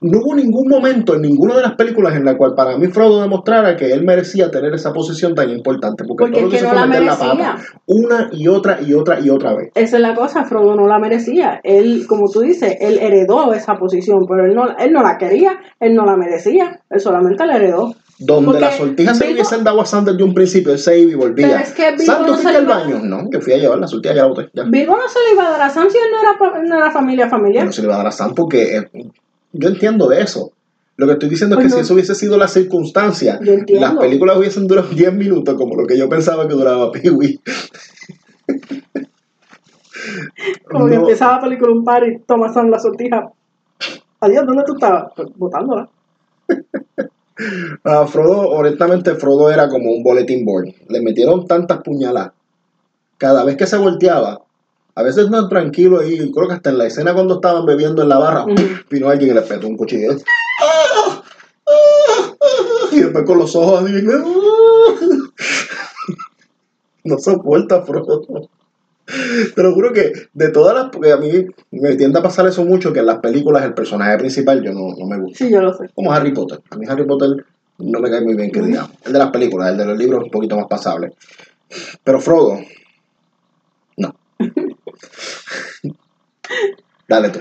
A: no hubo ningún momento en ninguna de las películas en la cual para mí Frodo demostrara que él merecía tener esa posición tan importante. Porque, todo
B: porque es
A: lo que
B: que
A: hizo
B: no
A: fue
B: la
A: meter la
B: merecía.
A: pata una y otra y otra y otra vez.
B: Esa es la cosa, Frodo no la merecía. Él, como tú dices, él heredó esa posición, pero él no, él no la quería, él no la merecía, él solamente la heredó.
A: Donde
B: Porque
A: las sortijas se
B: Bilbo-
A: hubiesen dado a Sander de un principio, él se iba y volvía.
B: Pero es que Bilbo
A: Sam, ¿tú
B: no se
A: fuiste al
B: iba-
A: baño? No, yo fui a llevar la sortija, ya la boté, ya.
B: Bilbo no se le iba a dar a Sam si él no era, pa- no era familia
A: que
B: familiar.
A: no se le va a dar a Sam porque eh, yo entiendo de eso. Lo que estoy diciendo
B: Pues
A: es que
B: no.
A: si eso hubiese sido la circunstancia,
B: Yo entiendo.
A: las películas hubiesen durado 10 minutos, como lo que yo pensaba que duraba Pee-Wee.
B: Como que
A: No,
B: empezaba la película un par y toma Sam la sortija. Adiós, ¿dónde tú estabas? Pues, Botándola.
A: a Ah, Frodo, honestamente, Frodo era como un bulletin board. Le metieron tantas puñaladas. Cada vez que se volteaba, a veces no tranquilo, y creo que hasta en la escena cuando estaban bebiendo en la barra,
B: Ujú.
A: vino alguien y le petó un cuchillo. ¡Ah! ¡Ah! ¡Ah! Y después con los ojos así. ¡ah! No soporta, Frodo. Te lo juro que de todas las. Porque a mí me tiende a pasar eso mucho, que en las películas el personaje principal yo no, no me gusta.
B: Sí, yo lo sé.
A: Como Harry Potter. A mí Harry Potter no me cae muy bien, que digamos. El de las películas, el de los libros es un poquito más pasable. Pero Frodo. No. Dale tú.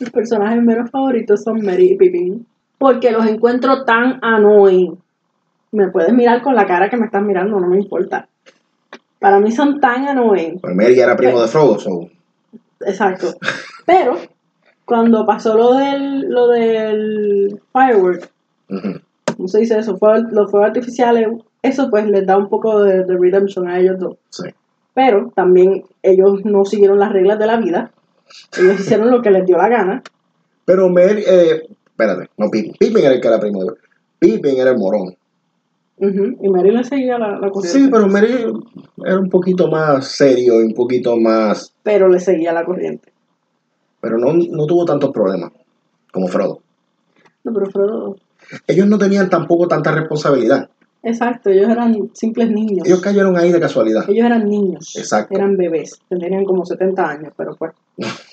B: Mis personajes menos favoritos son Mary y Pippin. Porque los encuentro tan annoying. Me puedes mirar con la cara que me estás mirando, no me importa. Para mí son tan annoying.
A: Pero Mary era primo de Frodo, so.
B: Exacto. Pero cuando pasó lo del, lo del firework,
A: ujú.
B: ¿cómo se dice eso? Fue- los fuegos artificiales, eso pues les da un poco de, de redemption a ellos dos.
A: Sí.
B: Pero también ellos no siguieron las reglas de la vida. Ellos hicieron lo que les dio la gana.
A: Pero Mary. eh, espérate, no Pippin. Pippin era el que era primo de Pippin era el morón.
B: Ujú, Y Mary le seguía la, la corriente.
A: Sí, pero Mary era un poquito más serio y un poquito más.
B: pero le seguía la corriente.
A: Pero no, no tuvo tantos problemas como Frodo.
B: No, pero Frodo.
A: Ellos no tenían tampoco tanta responsabilidad.
B: Exacto, ellos eran simples niños.
A: Ellos cayeron ahí de casualidad.
B: Ellos eran niños.
A: Exacto.
B: Eran bebés. Tenían como 70 años, pero pues.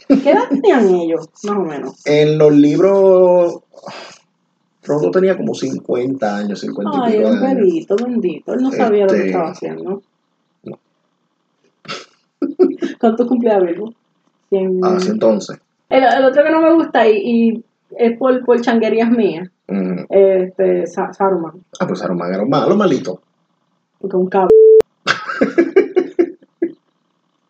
B: ¿Qué edad tenían ellos? Más o menos.
A: En los libros, Frodo tenía como 50 años, 50 y
B: Ay,
A: pico
B: era un
A: de años.
B: bebito, bendito. Él no sabía lo que
A: Este-
B: estaba haciendo.
A: No.
B: ¿Cuánto cumplía Virgo? Cien-
A: Ah, Así entonces.
B: El, el otro que no me gusta y, y es por, por changuerías mías.
A: Mm.
B: Este, Sa- Saruman,
A: Ah, pues Saruman era un malo, malito.
B: porque un cabrón.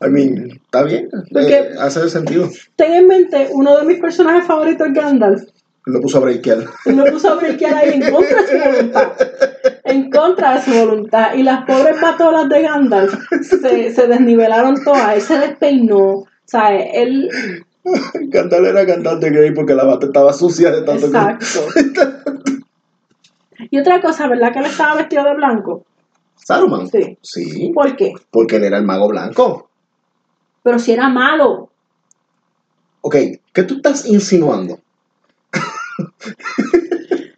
A: I mean, está bien.
B: Porque-
A: eh, hace sentido.
B: Ten en mente, uno de mis personajes favoritos es Gandalf.
A: Lo puso a breakear.
B: Y lo puso a brinquear ahí en contra de su voluntad. En contra de su voluntad. Y las pobres patolas de Gandalf se, se desnivelaron todas. Él se despeinó. ¿Sabes? Él.
A: Cantar era cantante gay porque la bata estaba sucia de tanto que.
B: Exacto. Y otra cosa, ¿verdad que él estaba vestido de blanco?
A: Saruman.
B: Sí.
A: Sí.
B: ¿Por qué?
A: Porque él era el mago blanco.
B: Pero si era malo.
A: Ok, ¿qué tú estás insinuando?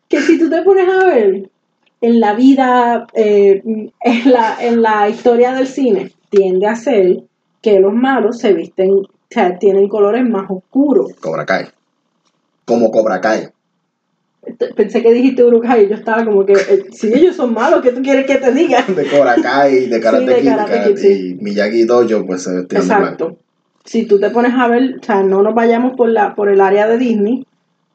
B: Que si tú te pones a ver en la vida, eh, en, la, en la historia del cine, tiende a ser que los malos se visten, o sea, tienen colores más oscuros.
A: Cobra Kai. Como Cobra Kai.
B: Te- Este, Pensé que dijiste Uruguay y yo estaba como que, eh, si ellos son malos, ¿qué tú quieres que te diga?
A: De Cobra Kai, de Karate
B: de
A: Kid, de
B: Karate
A: Karate-
B: Kid, sí.
A: y Miyagi Dojo, pues se vestían de blanco.
B: Exacto. Si tú te pones a ver, o sea, no nos vayamos por, la, por el área de Disney,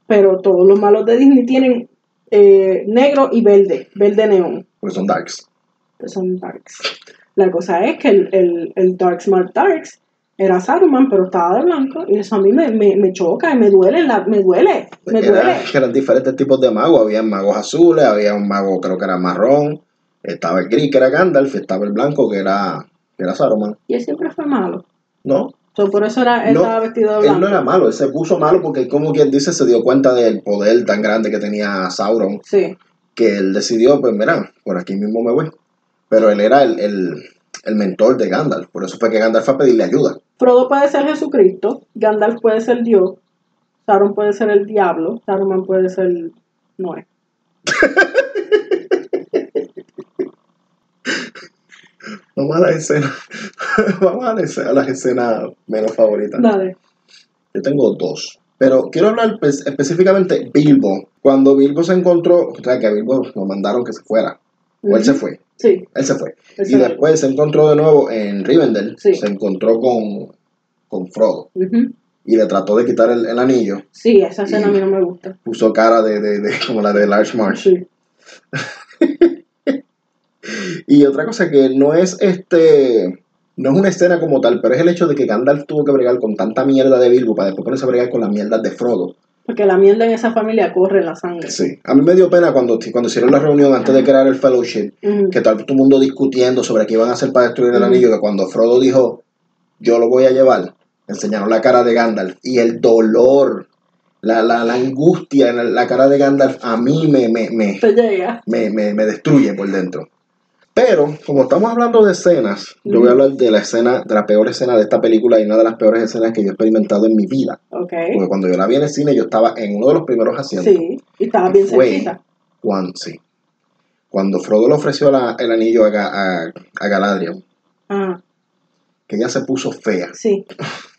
B: pero todos los malos de Disney tienen eh, negro y verde, verde neón,
A: Porque son darks.
B: que son darks. La cosa es que el, el, el Dark Smart Darks era Saruman, pero estaba de blanco, y eso a mí me, me, me choca y me duele, la- me duele, me duele.
A: Era- eran diferentes tipos de magos. Había magos azules, había un mago creo que era marrón, estaba el gris que era Gandalf, y estaba el blanco que era, que era Saruman.
B: Y él siempre fue malo.
A: No,
B: So, por eso era, él
A: No,
B: estaba vestido de blanco.
A: él no era malo, él se puso malo porque como quien dice se dio cuenta del poder tan grande que tenía Sauron,
B: Sí.
A: que él decidió, pues mira, por aquí mismo me voy. Pero él era el, el- el mentor de Gandalf, por eso fue que Gandalf fue a pedirle ayuda.
B: Frodo puede ser Jesucristo, Gandalf puede ser Dios, Sauron puede ser el diablo, Saruman puede ser Noé.
A: Vamos a la escena, vamos a la escena, a las escenas menos favoritas.
B: Dale.
A: Yo tengo dos. Pero quiero hablar pues, específicamente Bilbo. Cuando Bilbo se encontró, o sea, que a Bilbo lo mandaron que se fuera. O él se fue.
B: Sí.
A: Él se fue.
B: ese
A: y
B: era.
A: después se encontró de nuevo en Rivendell.
B: Sí.
A: Se encontró con, con Frodo.
B: Ujú.
A: Y le trató de quitar el, el anillo.
B: Sí, esa escena a mí no me gusta.
A: Puso cara de, de- de- como la de Large Marsh.
B: Sí.
A: Y otra cosa que no es este. No es una escena como tal, pero es el hecho de que Gandalf tuvo que bregar con tanta mierda de Bilbo para después ponerse a bregar con las mierdas de Frodo.
B: Porque la mierda en esa familia corre la sangre.
A: Sí, a mí me dio pena cuando, cuando hicieron la reunión antes de crear el fellowship,
B: Ujú.
A: que tal todo el mundo discutiendo sobre qué iban a hacer para destruir el
B: Ujú.
A: anillo, que cuando Frodo dijo, yo lo voy a llevar, enseñaron la cara de Gandalf y el dolor, la, la, la angustia en la, la cara de Gandalf a mí me, me, me,
B: Te llega.
A: me, me- me destruye por dentro. Pero, como estamos hablando de escenas, yo voy a hablar de la escena, de la peor escena de esta película y una de las peores escenas que yo he experimentado en mi vida.
B: Ok.
A: Porque cuando yo la vi en el cine, yo estaba en uno de los primeros asientos.
B: Sí. Y estaba bien
A: Fue.
B: cerquita.
A: Cuando, sí. Cuando Frodo le ofreció la- el anillo a, Ga- a, a Galadriel,
B: Ah,
A: que ella se puso fea.
B: sí.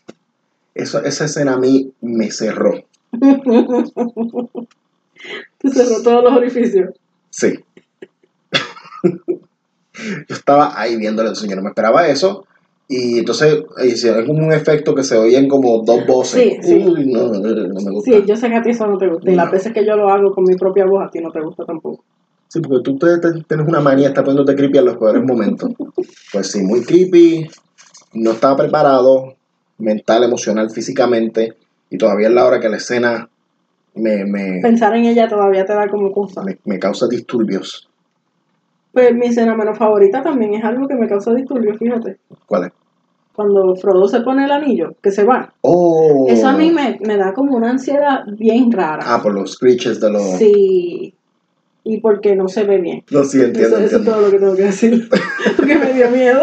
A: Eso, esa escena a mí me cerró.
B: Te cerró todos los orificios.
A: Sí. Yo estaba ahí viéndole, entonces yo no me esperaba eso. Y entonces hicieron como un efecto que se oían como dos voces.
B: Sí, sí.
A: Uy, no, no, no, no me gusta.
B: Sí, yo sé que a ti eso no te gusta. Y las
A: No.
B: veces que yo lo hago con mi propia voz, a ti no te gusta tampoco.
A: Sí, porque tú te- te- tienes una manía, estás poniéndote creepy en los peores momentos. Pues sí, muy creepy, no estaba preparado, mental, emocional, físicamente, y todavía es la hora que la escena me, me,
B: Pensar en ella todavía te da como cosa.
A: me- me causa disturbios.
B: Pues mi escena menos favorita también es algo que me causa disturbios, fíjate.
A: ¿Cuál es?
B: Cuando Frodo se pone el anillo, que se va.
A: ¡Oh!
B: Eso a mí me, me da como una ansiedad bien rara.
A: Ah, por los screeches de los...
B: Sí. Y porque no se ve bien.
A: No, sí, entiendo,
B: eso, eso es
A: entiendo.
B: todo lo que tengo que decir. Porque me dio miedo.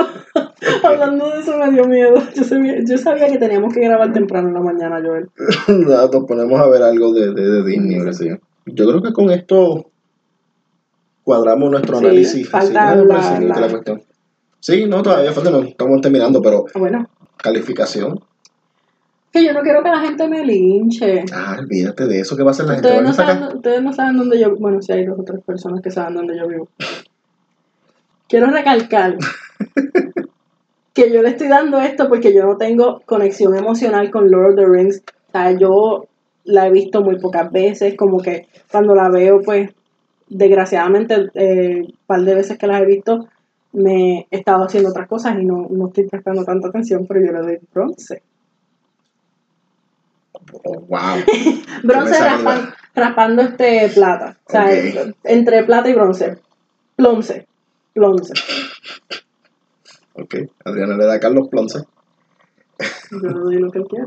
B: Hablando de eso, me dio miedo. Yo sabía, yo sabía que teníamos que grabar temprano en la mañana, Joel.
A: Nada, nos ponemos a ver algo de, de, de Disney, o qué sé yo. Yo creo que con esto cuadramos nuestro
B: Sí,
A: análisis.
B: falta
A: Sí, no,
B: la-
A: pero sí,
B: la-
A: la cuestión. Sí, no, todavía falta, no estamos terminando, pero
B: Ah, Bueno,
A: calificación.
B: que yo no quiero que la gente me linche.
A: Ah, olvídate de eso, ¿qué va a hacer la gente?
B: Ustedes
A: ¿Van a
B: no,
A: sacar?
B: saben, ustedes no saben dónde yo Bueno, si hay dos o tres personas que saben dónde yo vivo. Quiero recalcar que yo le estoy dando esto porque yo no tengo conexión emocional con Lord of the Rings. O sea, yo la he visto muy pocas veces, como que cuando la veo, pues desgraciadamente, un eh, par de veces que las he visto, me he estado haciendo otras cosas y no, no estoy prestando tanta atención, pero yo le doy bronce.
A: Oh, wow.
B: bronce raspan, raspando este plata. O sea,
A: Ok.
B: es- entre plata y bronce. Plonce. Plonce.
A: Ok, Adriana le da a Carlos Plonce.
B: Yo le doy lo que él quiera.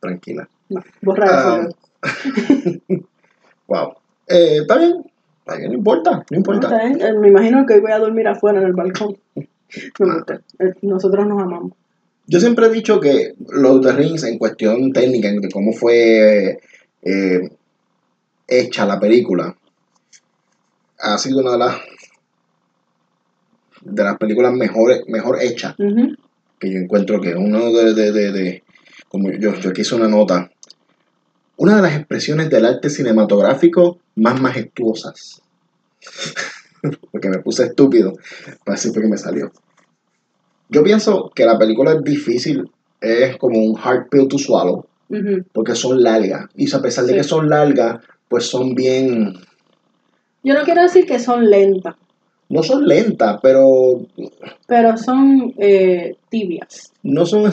A: Tranquila.
B: No, borra eso.
A: Ah,
B: yo-
A: Wow. Eh, está bien. Está bien, no importa. No importa.
B: Está bien, eh, Me imagino que hoy voy a dormir afuera en el balcón.
A: Ah.
B: Me gusta. Eh, Nosotros nos amamos.
A: Yo siempre he dicho que los The Rings, en cuestión técnica, de cómo fue eh, hecha la película, ha sido una de las de las películas mejores, mejor hechas
B: Ujú.
A: que yo encuentro que uno de, de, de, de- como yo, yo aquí hice una nota, una de las expresiones del arte cinematográfico más majestuosas. porque me puse estúpido, pero así fue que me salió. Yo pienso que la película es difícil, es como un hard pill to swallow,
B: Ujú.
A: porque son largas. Y a pesar de
B: Sí.
A: que son largas, pues son bien,
B: Yo no quiero decir que son lentas,
A: no son lentas, pero
B: pero son eh, tibias.
A: no son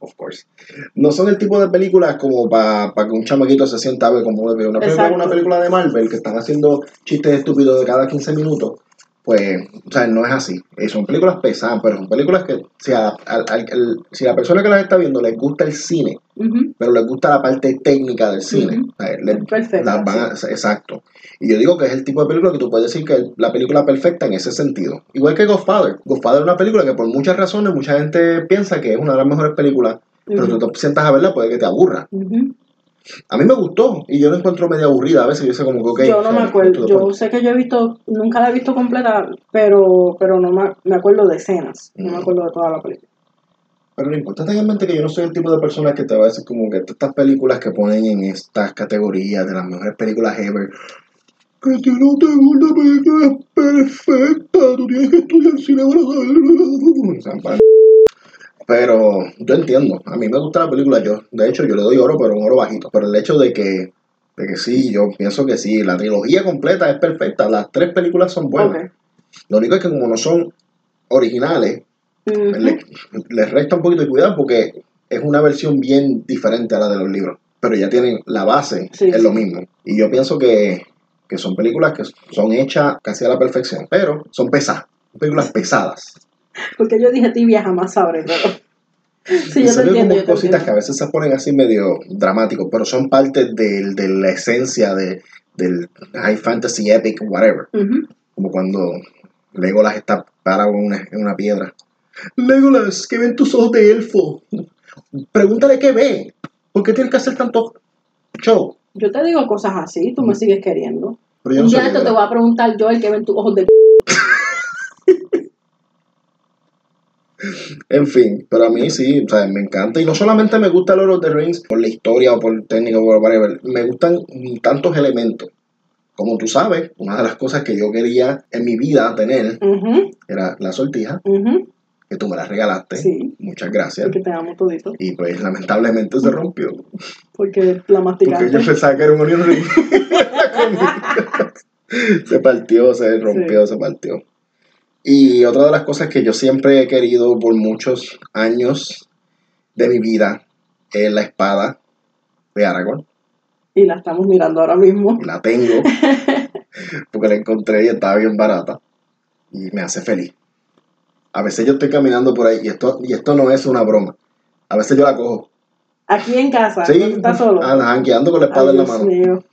A: of course no son el tipo de películas como para que un chamaquito se sienta a ver como una película,
B: Exacto.
A: una película de Marvel que están haciendo chistes estúpidos de cada 15 minutos pues o sea no es así Eh, son películas pesadas pero son películas que si a, al- al- al- si la persona que las está viendo les gusta el cine
B: Ujú.
A: pero les gusta la parte técnica del cine
B: Ujú.
A: o sea, les-
B: Perfecto.
A: las van a- exacto y yo digo que es el tipo de película que tú puedes decir que es la película perfecta en ese sentido igual que Godfather Godfather es una película que por muchas razones mucha gente piensa que es una de las mejores películas pero tú te sientas a verla puede que te aburra
B: Ujú.
A: a mí me gustó y yo la encuentro medio aburrida a veces yo sé como que ok
B: yo no
A: o sea,
B: me acuerdo,
A: tú-
B: yo sé que yo he visto, nunca la he visto completa, pero, pero no me, me acuerdo de escenas, no me
A: Mm.
B: acuerdo de toda la película.
A: pero lo importante es realmente que yo no soy el tipo de persona que te va a decir como que estas películas que ponen en estas categorías de las mejores películas ever que si no te gusta la película es perfecta tú tienes que estudiar cine para saber O sea, para- pero yo entiendo a mí me gusta la película yo de hecho yo le doy oro pero un oro bajito pero el hecho de que de que sí yo pienso que sí la trilogía completa es perfecta las tres películas son buenas
B: Ok.
A: lo único es que como no son originales
B: Ujú.
A: le, le resta un poquito de cuidado porque es una versión bien diferente a la de los libros. Pero ya tienen la base,
B: Sí,
A: es lo
B: sí.
A: mismo. Y yo pienso que, que son películas que son hechas casi a la perfección, pero son pesadas, películas pesadas.
B: Porque yo dije tibia, jamás sabré, pero... Sí,
A: y
B: yo te
A: se ven
B: entiendo,
A: como
B: yo te
A: cositas que a
B: entiendo.
A: veces se ponen así medio dramáticos, pero son parte del- de la esencia de, del high fantasy epic, whatever.
B: Ujú.
A: Como cuando Legolas está parado en una, en una piedra. Legolas, ¿qué ven tus ojos de elfo? Pregúntale qué ve. ¿Por qué tienes que hacer tanto show?
B: Yo te digo cosas así, tú me sigues queriendo.
A: Pero yo
B: Un
A: no soy
B: día de esto te
A: Legolas.
B: voy a preguntar yo el que ve en tus ojos de...
A: En fin, pero a mí sí, o sea, me encanta. Y no solamente me gusta Lord of the Rings por la historia o por técnica o por whatever. Me gustan tantos elementos. Como tú sabes, una de las cosas que yo quería en mi vida tener
B: Ujú,
A: era la sortija,
B: ujú.
A: que tú me la regalaste.
B: Sí,
A: Muchas gracias.
B: porque te amo todito.
A: Y pues lamentablemente se rompió.
B: Porque
A: Porque
B: la masticaste.
A: yo pensaba que era un onion ring. La comí. se partió, se rompió, se partió. Y otra de las cosas que yo siempre he querido por muchos años de mi vida es la espada de Aragorn.
B: Y la estamos mirando ahora mismo.
A: La tengo porque la encontré y estaba bien barata. Y me hace feliz. A veces yo estoy caminando por ahí y esto, y esto no es una broma. A veces yo la cojo.
B: Aquí en casa,
A: Sí,
B: no estás solo.
A: ajá, guiando con la espada en
B: Ay,
A: la
B: Dios
A: mano.
B: mío.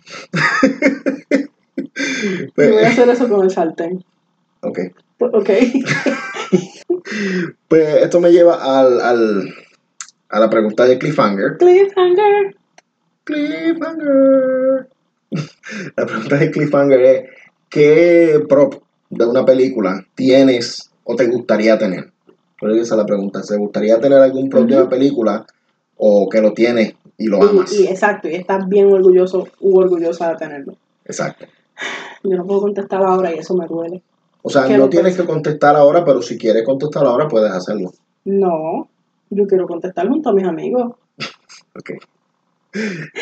A: Este,
B: Yo voy a hacer eso con el sartén.
A: Pues, Ok.
B: Ok.
A: Pues esto me lleva al, al- a la pregunta de Cliffhanger.
B: Cliffhanger.
A: Cliffhanger. La pregunta de Cliffhanger es, ¿qué prop de una película tienes o te gustaría tener? Creo que esa es la pregunta. ¿Te gustaría tener algún prop de
B: Ujú.
A: una película o que lo tienes y lo amas?
B: Y, y exacto, y estás bien orgulloso u orgullosa de tenerlo.
A: Exacto.
B: Yo no puedo contestar ahora y eso me duele.
A: O sea,
B: ¿Qué
A: no
B: me
A: tienes
B: parece?
A: que contestar ahora, pero si quieres contestar ahora puedes hacerlo.
B: No, yo quiero contestar junto a mis amigos.
A: Ok.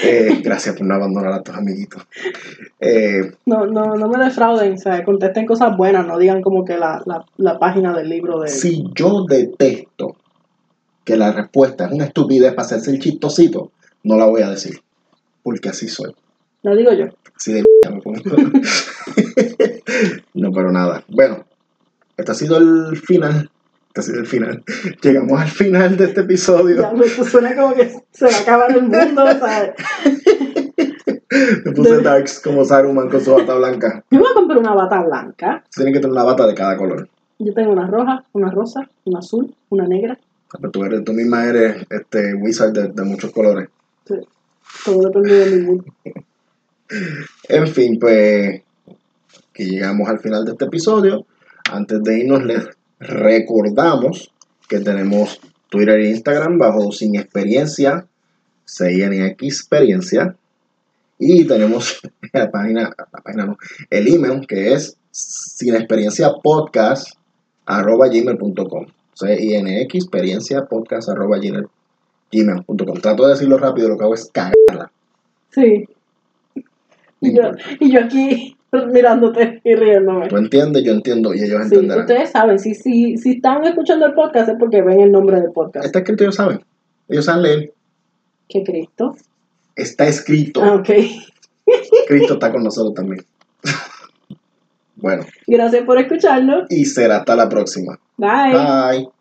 A: Eh, gracias por no abandonar a tus amiguitos. Eh,
B: No, no, no me defrauden, o sea, contesten cosas buenas, no digan como que la, la, la página del libro de...
A: si yo detesto que la respuesta es una estupidez para hacerse el chistosito, no la voy a decir. Porque así soy.
B: No digo yo.
A: Así de me pongo. no, pero nada. Bueno, este ha sido el final. Este ha sido el final. Llegamos al final de este
B: Ya,
A: episodio.
B: pues, esto suena como que se va a acabar el mundo, o sea,
A: Me puse Darks como Saruman con su bata blanca.
B: yo voy a comprar una bata blanca.
A: Tienen que tener una bata de cada color.
B: Yo tengo una roja, una rosa, una azul, una negra.
A: Pero Tú, eres, tú misma eres este wizard de, de muchos colores.
B: Todo depende de mi mood.
A: En fin, pues que llegamos al final de este episodio. Antes de irnos les recordamos que tenemos Twitter e Instagram bajo sin experiencia, CNX experiencia. Y tenemos la página, la página no, el email que es sin experiencia podcast arroba gmail.com. CINX experiencia podcast arroba gmail- gmail.com. Trato de decirlo rápido, lo que hago es cagarla.
B: Sí. Y yo, y yo aquí mirándote y riéndome.
A: Tú entiendes, yo entiendo y ellos
B: Sí,
A: entenderán.
B: ustedes saben, si, si, si están escuchando el podcast es porque ven el nombre del podcast.
A: Está escrito, ellos saben. Ellos saben leer.
B: ¿Qué Cristo?
A: Está escrito.
B: Ah, ok.
A: Cristo está con nosotros también. bueno,
B: Gracias por escucharnos.
A: y será hasta la próxima. Bye.